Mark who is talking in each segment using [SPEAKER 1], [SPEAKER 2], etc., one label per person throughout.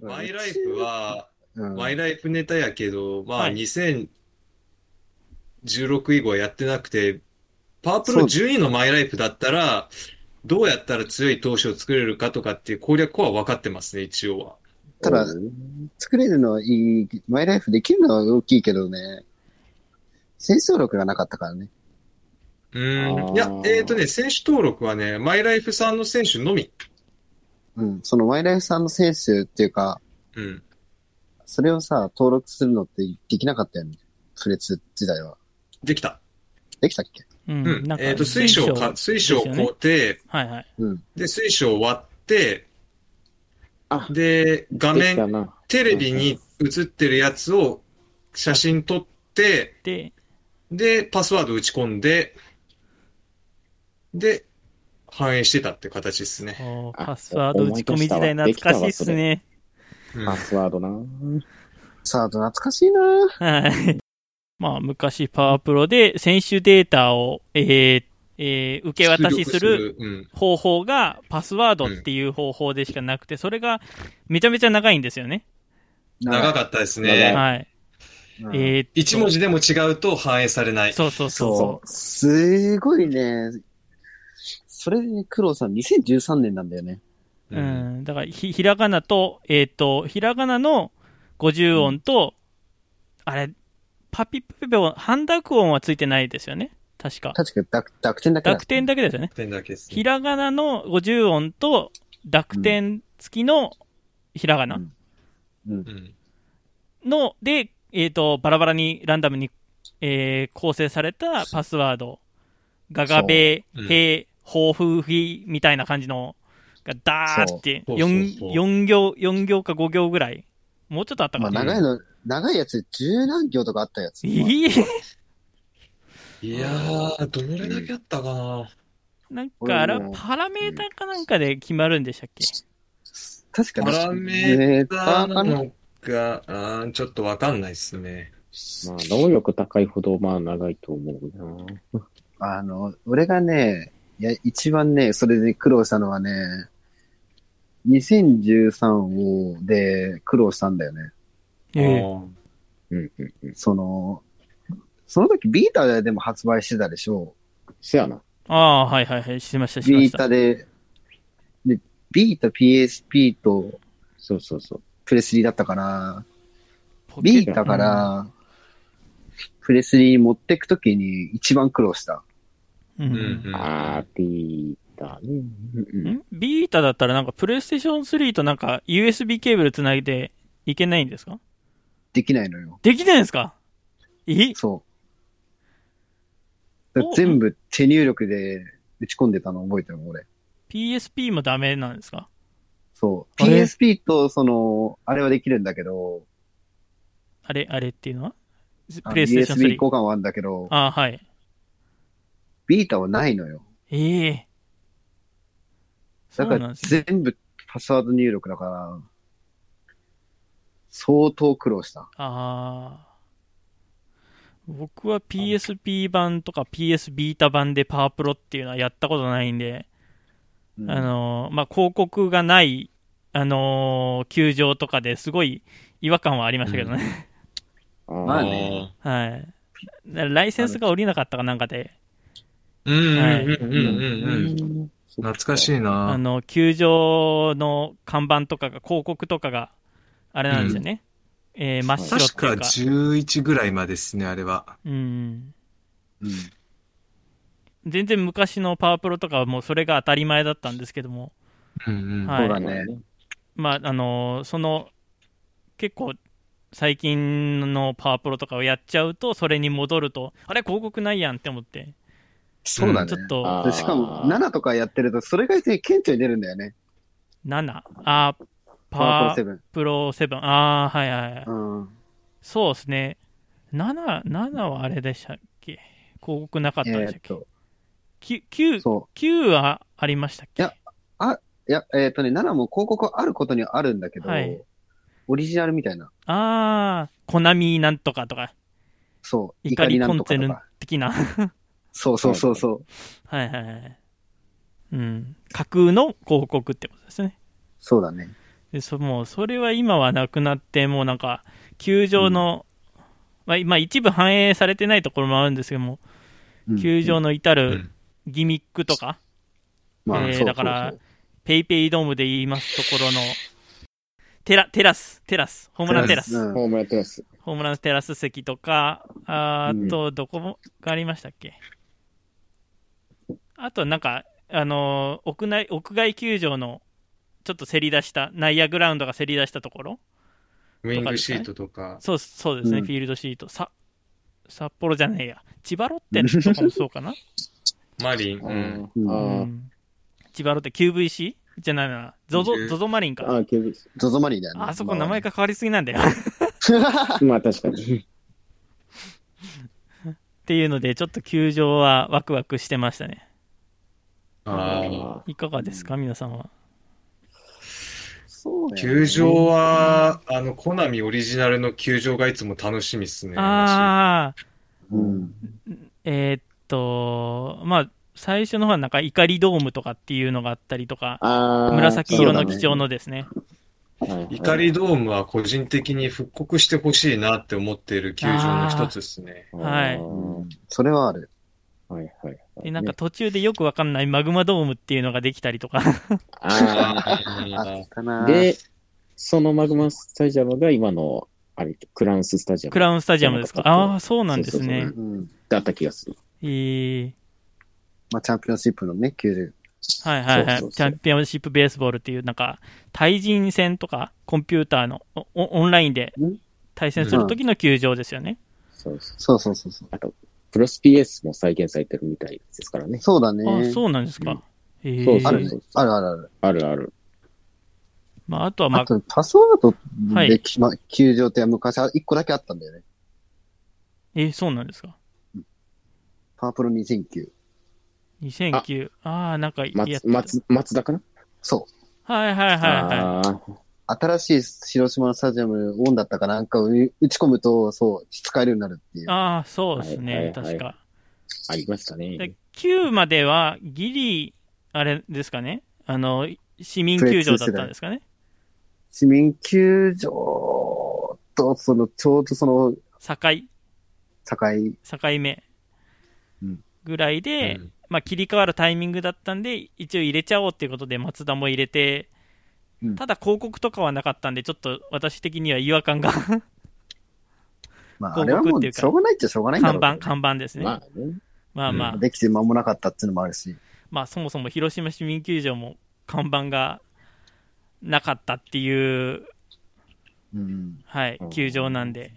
[SPEAKER 1] うんマイライフは、
[SPEAKER 2] うん
[SPEAKER 1] マイライフネタやけど、ま
[SPEAKER 3] は
[SPEAKER 1] あ、
[SPEAKER 3] い
[SPEAKER 1] 2016以後はやってなくて、パワープロ12のマイライフだったら、どうやったら強い投手を作れるかとかっていう攻略法は分かってますね、一応は。
[SPEAKER 2] ただ
[SPEAKER 3] うん
[SPEAKER 2] 作れるのはいい、マイライフできるのは大きいけどね、戦争力がなかったからね。
[SPEAKER 1] うー
[SPEAKER 3] あ
[SPEAKER 1] ん。
[SPEAKER 3] ー
[SPEAKER 1] いや、えっ、とね、選手登録はね、マイライフさんの選手のみ。
[SPEAKER 2] うん、そのマイライフさんの選手っていうか、
[SPEAKER 1] うん。
[SPEAKER 2] それをさ、登録するのってできなかったよね。プレツ時代は。
[SPEAKER 1] できた。
[SPEAKER 2] できたっけ
[SPEAKER 3] うん
[SPEAKER 1] うん。
[SPEAKER 3] なんか
[SPEAKER 1] えっ、と、水晶をか、水晶を
[SPEAKER 3] です
[SPEAKER 1] 買
[SPEAKER 3] よね
[SPEAKER 1] って、
[SPEAKER 3] はいはい。
[SPEAKER 2] うん。
[SPEAKER 1] で、水晶を割って、
[SPEAKER 3] あ
[SPEAKER 1] で、画
[SPEAKER 3] できた
[SPEAKER 1] 面、
[SPEAKER 3] な
[SPEAKER 1] テレビに映ってるやつを写真撮って、
[SPEAKER 3] で、
[SPEAKER 1] で、パスワード打ち込んで、で、反映してたって形ですね。
[SPEAKER 3] おー
[SPEAKER 4] あ
[SPEAKER 3] パスワード打ち込み時代
[SPEAKER 4] 思
[SPEAKER 3] 懐
[SPEAKER 4] い出したわ
[SPEAKER 3] かしいっすね。
[SPEAKER 1] うん
[SPEAKER 4] パスワードな。
[SPEAKER 2] サード懐かしいな
[SPEAKER 3] はい。まあ、昔パワープロで選手データを、えーえー受け渡しする。
[SPEAKER 1] 出力うん。
[SPEAKER 3] 方法がパスワードっていう方法でしかなくて、それがめちゃめちゃ長いんですよね。
[SPEAKER 1] 長かったです
[SPEAKER 4] 長
[SPEAKER 1] ね。
[SPEAKER 3] はい。
[SPEAKER 2] うん
[SPEAKER 3] えー
[SPEAKER 1] 一文字でも違うと反映されない。
[SPEAKER 3] そうそうそ
[SPEAKER 2] そ。
[SPEAKER 3] うそう
[SPEAKER 2] すごいね。それでね、黒さん、2013年なんだよね。
[SPEAKER 3] う。うん。だから、ひ、ひらがなと、えっ、と、ひらがなの50音と、あれ、パピプペペ音、半濁音はついてないですよね。確か。
[SPEAKER 2] 確か濁濁点だけだ
[SPEAKER 3] 濁点だけですよね。
[SPEAKER 1] 点だけですね
[SPEAKER 3] ひらがなの50音と濁点付きのひらがな
[SPEAKER 1] うん
[SPEAKER 3] ので、えっ、と、バラバラにランダムに、えー構成されたパスワード。ガガベ、
[SPEAKER 1] そううん
[SPEAKER 3] ヘ、ホーフフィみたいな感じのがダーって
[SPEAKER 1] そう
[SPEAKER 3] 4,
[SPEAKER 1] そうそうそう
[SPEAKER 3] 4行、四行か5行ぐらい。もうちょっ とあった
[SPEAKER 2] ま
[SPEAKER 3] か
[SPEAKER 2] あ、
[SPEAKER 3] な。
[SPEAKER 2] 長いの、長いやつ、十何行とかあったやつ。
[SPEAKER 3] いい
[SPEAKER 1] いやー、どれだけあったかな。
[SPEAKER 3] なんかあら、
[SPEAKER 2] うん
[SPEAKER 3] パラメーターかなんかで決まるんでしたっけ
[SPEAKER 2] 確か
[SPEAKER 1] パ
[SPEAKER 2] に。
[SPEAKER 1] ラメーターな
[SPEAKER 2] メー
[SPEAKER 1] のが、あーちょっとわかんないですね。
[SPEAKER 4] まあ、能力高いほど、まあ、長いと思うな。
[SPEAKER 2] ターあの、俺がね、いや、一番ね、それで苦労したのはね、2013を、で、苦労したんだよね。
[SPEAKER 3] え
[SPEAKER 1] あー
[SPEAKER 4] うんうんうん。
[SPEAKER 2] その、その時ビータでも発売してたでしょ。
[SPEAKER 4] せやな。
[SPEAKER 3] ああー、はいはいはい、しました、しま
[SPEAKER 2] ビー
[SPEAKER 3] した。
[SPEAKER 2] タで、で、ビータ PSP と、
[SPEAKER 4] そうそうそう。
[SPEAKER 2] プレスリーだったから、
[SPEAKER 3] ポケ
[SPEAKER 2] ビータから、プレスリーに持ってくときに一番苦労した。
[SPEAKER 3] う
[SPEAKER 1] うん
[SPEAKER 3] ん
[SPEAKER 4] あー、ビーターね。うんうん
[SPEAKER 3] んビータだったらなんかプレイステーション3となんか USB ケーブルつないでいけないんですか
[SPEAKER 2] できないのよ。
[SPEAKER 3] できないんですかえ
[SPEAKER 2] そう。だから全部手入力で打ち込んでたの覚えてるの俺。
[SPEAKER 3] ?PSP もダメなんですか
[SPEAKER 2] そう。
[SPEAKER 3] あれ
[SPEAKER 2] PSP とその、あれはできるんだけど、
[SPEAKER 3] あれ、あれっていうのは
[SPEAKER 2] あ
[SPEAKER 3] プ
[SPEAKER 2] の
[SPEAKER 3] レイステーシ
[SPEAKER 2] USB
[SPEAKER 3] ョン
[SPEAKER 2] 交
[SPEAKER 3] 3。
[SPEAKER 2] 換はあるんだけど、
[SPEAKER 3] ああ、はい。
[SPEAKER 2] ビータはないのよ。
[SPEAKER 3] ええそ
[SPEAKER 2] だ
[SPEAKER 3] う
[SPEAKER 2] か
[SPEAKER 3] なん
[SPEAKER 2] ら
[SPEAKER 3] ですね。
[SPEAKER 2] 全部パスワード入力だから、相当苦労した。
[SPEAKER 3] ああ。僕は PSP 版とか PS ビータ版でパワープロっていうのはやったことないんで、
[SPEAKER 2] うん
[SPEAKER 3] あのーまあ、広告がない、あのー球場とかですごい違和感はありましたけどね。
[SPEAKER 4] あ
[SPEAKER 2] まあ
[SPEAKER 4] ー
[SPEAKER 2] ね
[SPEAKER 3] はい。なライセンスが下りなかったかなんかで、
[SPEAKER 1] うんうん
[SPEAKER 3] はい
[SPEAKER 1] うんうんうんうん。懐かし
[SPEAKER 4] い。
[SPEAKER 1] いな。
[SPEAKER 3] あの、球場の看板とかが、広告とかが、あれなんですよね。えー真っ白っ
[SPEAKER 1] 確
[SPEAKER 3] てい
[SPEAKER 1] か
[SPEAKER 3] うか。
[SPEAKER 1] 11ぐらいまでですね、あれは。
[SPEAKER 3] うん。
[SPEAKER 2] うん
[SPEAKER 3] 全然昔のパワープロとかはもうそれが当たり前だったんですけども、
[SPEAKER 1] うんうん。
[SPEAKER 3] はい
[SPEAKER 2] そうだ
[SPEAKER 4] まあ
[SPEAKER 2] ね。
[SPEAKER 4] ね
[SPEAKER 3] まあ、あのーその、結構、最近のパワープロとかをやっちゃうと、それに戻ると、あれ、広告ないやんって思って、
[SPEAKER 2] そうだね。
[SPEAKER 3] ちょっと、
[SPEAKER 4] あー
[SPEAKER 2] でしかも、7とかやってると、それが一に顕著に出るんだよね。
[SPEAKER 3] 7。あーパ
[SPEAKER 2] パワー
[SPEAKER 3] ワ
[SPEAKER 2] プ
[SPEAKER 3] ー
[SPEAKER 2] ロ
[SPEAKER 3] プロ7。ああ、はいはいはい
[SPEAKER 2] セ。ブン。うん。
[SPEAKER 3] そうですね。7、7はあれでしたっけ広告なかったで
[SPEAKER 2] え
[SPEAKER 3] し
[SPEAKER 2] ー
[SPEAKER 3] たっ
[SPEAKER 2] っ
[SPEAKER 3] け、
[SPEAKER 2] と、
[SPEAKER 3] き九
[SPEAKER 2] そ
[SPEAKER 3] 9はありましたっけ
[SPEAKER 2] いやう。いや、えーっとね、7も広告あることにはあるんだけど、
[SPEAKER 3] はい
[SPEAKER 2] オリジナルみたいな。
[SPEAKER 3] ああ、コナミなんとかとか、
[SPEAKER 2] そう。
[SPEAKER 3] 怒
[SPEAKER 2] 怒り
[SPEAKER 3] り
[SPEAKER 2] な
[SPEAKER 3] コ
[SPEAKER 2] ん
[SPEAKER 3] ン
[SPEAKER 2] と
[SPEAKER 3] ツ
[SPEAKER 2] か
[SPEAKER 3] ェ
[SPEAKER 2] と
[SPEAKER 3] ルン
[SPEAKER 2] か。
[SPEAKER 3] 的な。
[SPEAKER 2] そうそうそうそう。
[SPEAKER 3] はいはいはい。うん。架空の広告ってことですね。
[SPEAKER 2] そうだね。
[SPEAKER 3] でそもうそれは今はなくなって、もうなんか、球場の、まあ、まあ一部反映されてないところもあるんですけども、
[SPEAKER 2] うん
[SPEAKER 3] 球場の至
[SPEAKER 1] う
[SPEAKER 3] る
[SPEAKER 1] ん
[SPEAKER 3] ギミックとか、
[SPEAKER 2] まあ
[SPEAKER 3] えー
[SPEAKER 2] そうそうそう
[SPEAKER 3] だから、ペイペイドームで言いますところの、テラ、テラス、テラス、ホームランテラス、
[SPEAKER 2] うん
[SPEAKER 4] ホームランテラス。
[SPEAKER 3] ホームランテラス席とか、あーあと、どこもがありましたっけ、あと、なんか、あのー屋内、屋外球場の、ちょっとせり出した、内野グラウンドがせり出したところ
[SPEAKER 1] ウィングシートとか、
[SPEAKER 3] そう、そうですね、
[SPEAKER 2] うん
[SPEAKER 3] フィールドシート。さ、札幌じゃねえや。千葉ロッテとかもそうかな
[SPEAKER 1] マリン、
[SPEAKER 4] あ
[SPEAKER 1] うん。
[SPEAKER 2] うん
[SPEAKER 3] う
[SPEAKER 4] ー
[SPEAKER 3] ん千葉ロッテ QVC? じゃないな、ゾゾ、
[SPEAKER 1] うん
[SPEAKER 3] ゾゾマリン
[SPEAKER 4] あ
[SPEAKER 3] か。
[SPEAKER 4] ー、警備室
[SPEAKER 2] ゾゾマリンだよね。
[SPEAKER 3] あそこ名前が変わりすぎなんだよ。
[SPEAKER 4] まあ確かに。
[SPEAKER 3] っていうので、ちょっと球場はワクワクしてましたね。
[SPEAKER 1] あ
[SPEAKER 4] あ
[SPEAKER 3] いかがですか、皆さんは。
[SPEAKER 2] そう
[SPEAKER 1] あ
[SPEAKER 2] だよね
[SPEAKER 1] 球場は、あの、コナミオリジナルの球場がいつも楽しみっすね。
[SPEAKER 3] ああ、
[SPEAKER 2] うん。
[SPEAKER 3] えーっと、まあ、最初の方はなんか怒りドームとかっていうのがあったりとか、
[SPEAKER 4] あー。
[SPEAKER 3] 紫色
[SPEAKER 2] そう
[SPEAKER 3] の
[SPEAKER 2] だ
[SPEAKER 3] 基
[SPEAKER 2] ね
[SPEAKER 3] 調のですね。
[SPEAKER 1] 怒りドームは個人的に復刻してほしいなって思っている球場の一つですね。
[SPEAKER 3] はい
[SPEAKER 4] は
[SPEAKER 2] それはある。
[SPEAKER 4] いはいはい。
[SPEAKER 3] で、なんか途中でよくわかんないマグマドームっていうのができたりと か。
[SPEAKER 4] あ
[SPEAKER 2] あ
[SPEAKER 1] あ
[SPEAKER 2] ったな
[SPEAKER 4] ー。で、そのマグマスタジアムが今の、あれ、クラウンススタジア
[SPEAKER 3] ク
[SPEAKER 4] ム
[SPEAKER 3] ラウンスタジアムですか。ああ、そうなんです
[SPEAKER 4] そう
[SPEAKER 3] ね
[SPEAKER 4] そう。
[SPEAKER 2] うん。
[SPEAKER 4] だった気がする。
[SPEAKER 3] えー
[SPEAKER 2] まあ、チャンピオンシップのね、90。
[SPEAKER 3] はいはいはい。チ
[SPEAKER 4] そうそうそう
[SPEAKER 3] ャンピオンシップベースボールっていう、なんか、対人戦とか、コンピューターのおおオンラインで
[SPEAKER 2] ん
[SPEAKER 3] 対戦する時の球場ですよね。
[SPEAKER 4] そうそう。
[SPEAKER 2] そうそうそうそう。
[SPEAKER 4] あと、プロス PS も再現されてるみたいですからね。
[SPEAKER 2] そうだね。
[SPEAKER 3] あそうなんですか。えー
[SPEAKER 4] そうそ
[SPEAKER 2] あ
[SPEAKER 4] う
[SPEAKER 2] る
[SPEAKER 4] そう
[SPEAKER 2] あるあるある。
[SPEAKER 4] あるある。
[SPEAKER 3] まあ、あとは、ま
[SPEAKER 2] あ
[SPEAKER 3] あ、
[SPEAKER 2] と、パスワードで、
[SPEAKER 3] はい
[SPEAKER 2] ま、球場って昔は1個だけあったんだよね。
[SPEAKER 3] えーそうなんですか。
[SPEAKER 2] パープル2009。
[SPEAKER 3] 2009。ああー、なんかやって
[SPEAKER 4] 松、
[SPEAKER 3] た
[SPEAKER 4] 松、松田かな
[SPEAKER 2] そう。
[SPEAKER 3] はいはいはいはい。
[SPEAKER 4] あー
[SPEAKER 2] 新しい広島のスタジアム、オンだったかなんかを打ち込むと、そう、使えるようになるっていう。
[SPEAKER 3] ああ、そうですね、
[SPEAKER 4] はいはいは
[SPEAKER 3] 確
[SPEAKER 4] い
[SPEAKER 3] か。
[SPEAKER 4] ありましたね
[SPEAKER 3] で。9までは、ギリ、あれですかね、あの、市民球場だったんですかね。
[SPEAKER 2] 市民球場と、その、ちょうどその、
[SPEAKER 3] 境、
[SPEAKER 2] 境、
[SPEAKER 3] 境目
[SPEAKER 2] うん
[SPEAKER 3] ぐらいで、
[SPEAKER 1] うん
[SPEAKER 3] まあ、切り替わるタイミングだったんで、一応入れちゃおうっていうことで、松田も入れて、
[SPEAKER 2] うん
[SPEAKER 3] ただ広告とかはなかったんで、ちょっと私的には違和感が、
[SPEAKER 2] まあ、あ
[SPEAKER 3] 広
[SPEAKER 2] れは
[SPEAKER 3] 告
[SPEAKER 2] も
[SPEAKER 3] っていう
[SPEAKER 2] う、
[SPEAKER 3] か
[SPEAKER 2] しょうがないっちゃしょうがないんだ
[SPEAKER 3] 看
[SPEAKER 2] ろう
[SPEAKER 3] 板、
[SPEAKER 2] けどね、
[SPEAKER 3] 看板ですね。
[SPEAKER 4] まあね。
[SPEAKER 3] まあまあ、
[SPEAKER 1] 板
[SPEAKER 2] できて間もなかったっていうのもあるし。
[SPEAKER 3] まあそもそも広島市民球場も看板がなかったっていう、
[SPEAKER 2] うん。
[SPEAKER 3] はい
[SPEAKER 4] うん、
[SPEAKER 3] 球場なんで、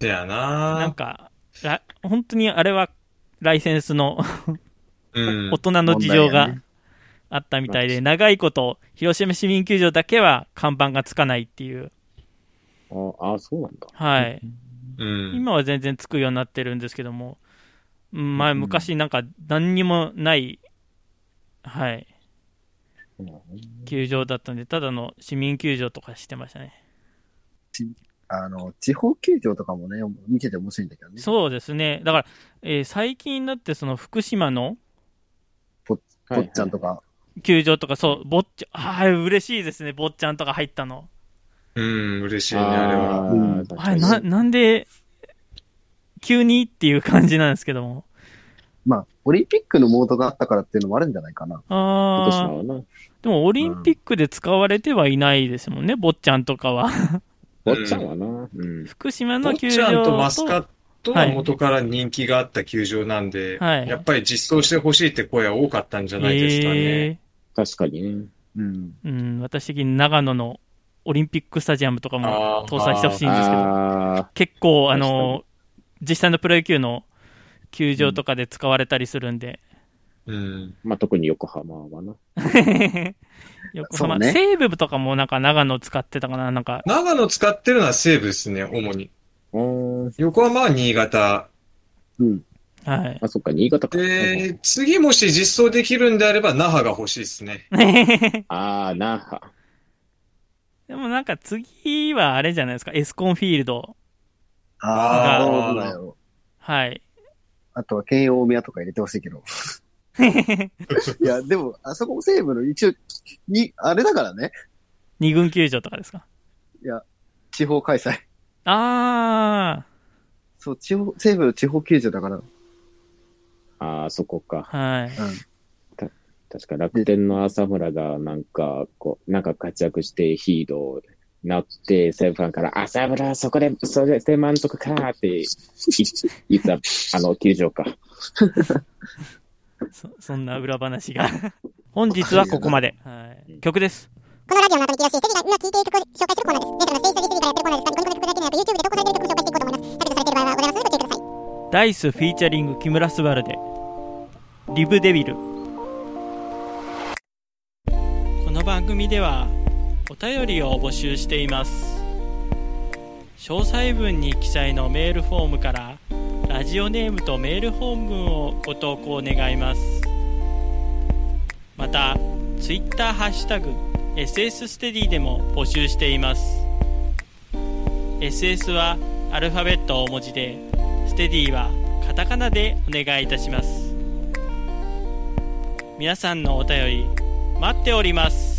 [SPEAKER 1] せや
[SPEAKER 3] なん
[SPEAKER 1] な
[SPEAKER 3] か、ら本当にあれはライセンスの
[SPEAKER 1] うん
[SPEAKER 3] 大。人の事情
[SPEAKER 2] 問題や
[SPEAKER 3] が
[SPEAKER 2] ね
[SPEAKER 3] あったみたいで、長いこと広島市民球場だけは看板がつかないっていう、
[SPEAKER 4] あーあー、そうなんだ。
[SPEAKER 3] はい、
[SPEAKER 1] うん。
[SPEAKER 3] 今は全然つくようになってるんですけども、うん前
[SPEAKER 2] うん
[SPEAKER 3] 昔なんか何にもない、はい、
[SPEAKER 4] うん
[SPEAKER 3] 球場だったんで、ただの市民球場とかしてましたね。
[SPEAKER 2] あの、地方球場とかもね、見てて面白いんだけどね。
[SPEAKER 3] そうですね。だから、えー最近になってその福島の
[SPEAKER 2] ぽっちゃんとか。
[SPEAKER 3] 球場とか、そう、ぼっちゃん、ああ、嬉しいですね、ぼっちゃんとか入ったの。
[SPEAKER 1] うん、嬉しい
[SPEAKER 4] あ
[SPEAKER 1] ね、あれは。
[SPEAKER 4] ー
[SPEAKER 2] うん
[SPEAKER 4] 確
[SPEAKER 3] あ
[SPEAKER 4] か
[SPEAKER 3] れ、
[SPEAKER 4] に
[SPEAKER 3] な、なんで、急にっていう感じなんですけども。
[SPEAKER 2] まあ、オリンピックのモードがあったからっていうのもあるんじゃないかな。
[SPEAKER 4] 福島
[SPEAKER 3] ああ、
[SPEAKER 4] はな。
[SPEAKER 3] でもオリンピックで使われてはいないですもんね、ぼっちゃんとかは。
[SPEAKER 4] 坊っちゃんはな。うん。
[SPEAKER 3] 福島
[SPEAKER 1] 坊
[SPEAKER 3] の
[SPEAKER 1] っ
[SPEAKER 3] 球
[SPEAKER 1] ちゃん
[SPEAKER 3] 場
[SPEAKER 1] とマスカットは
[SPEAKER 3] はい
[SPEAKER 1] 元から人気があった球場なんで、
[SPEAKER 3] はい
[SPEAKER 1] やっぱり実装してほしいって声は多かったんじゃないですかね。
[SPEAKER 3] え
[SPEAKER 4] 確かにね。
[SPEAKER 2] うん。
[SPEAKER 3] ーうん、私的に長野のオリンピックスタジアムとかも
[SPEAKER 1] あー
[SPEAKER 3] 搭載してほしいんですけど。
[SPEAKER 4] あ
[SPEAKER 3] 結構、あ
[SPEAKER 4] 確かに
[SPEAKER 3] の、実際のプロ野球の球場とかで使われたりするんで、
[SPEAKER 1] うん。
[SPEAKER 4] ーまあ特に横浜はな。
[SPEAKER 3] 横
[SPEAKER 2] そ
[SPEAKER 3] 浜、
[SPEAKER 2] うね
[SPEAKER 3] 西部とかもなんか長野使ってたかな、なんか、
[SPEAKER 1] 長野使ってるのは西部ですね、主に。
[SPEAKER 4] うーん。
[SPEAKER 1] 横浜は新潟。
[SPEAKER 2] うん。
[SPEAKER 3] は い。
[SPEAKER 4] あ、そっか、新潟か。
[SPEAKER 1] で、次もし実装できるんであれば、那覇が欲しいですね。
[SPEAKER 4] ああ、那覇。
[SPEAKER 3] でもなんか次はあれじゃないですか、エスコンフィールド。
[SPEAKER 2] ああ、
[SPEAKER 1] あー
[SPEAKER 2] そうだよ。
[SPEAKER 3] はい。
[SPEAKER 2] あとは、慶応大宮とか入れてほしいけ ど。いや、でも、あそこも西部の一応、に、あれだからね。
[SPEAKER 3] 二軍球場とかですか
[SPEAKER 2] いや、地方開催。
[SPEAKER 3] あ
[SPEAKER 2] そう、地方、西部の地方球場だから。うん。
[SPEAKER 4] ああ、そこか。
[SPEAKER 3] あ、はい。
[SPEAKER 4] 確か楽天の浅村がなんか、こう、なんか活躍してヒーローになって、西武ファンから、浅村、そこで、それで満足かーってい 言った、あの、球場か。
[SPEAKER 3] そそんな裏話が。本日はここまで。はい、曲です。
[SPEAKER 5] このラジオの後に起用して、テレビが今聴いている曲を紹介するコーナーです。メンタルのステージ3からやってるコーナーです。ゴミコミの曲だけでなく、YouTube で投稿されている曲を紹介していこうと思います。削除されている場合はございますのでご注意ください。
[SPEAKER 3] ダイスフィーチャリング木村昴でリブデビルこの番組ではお便りを募集しています詳細文に記載のメールフォームからラジオネームとメール本文をご投稿願いますまた Twitter ハッシュタグ SS ステディでも募集しています SS はアルファベット大文字でステディはカタカナでお願いいたします皆さんのお便り待っております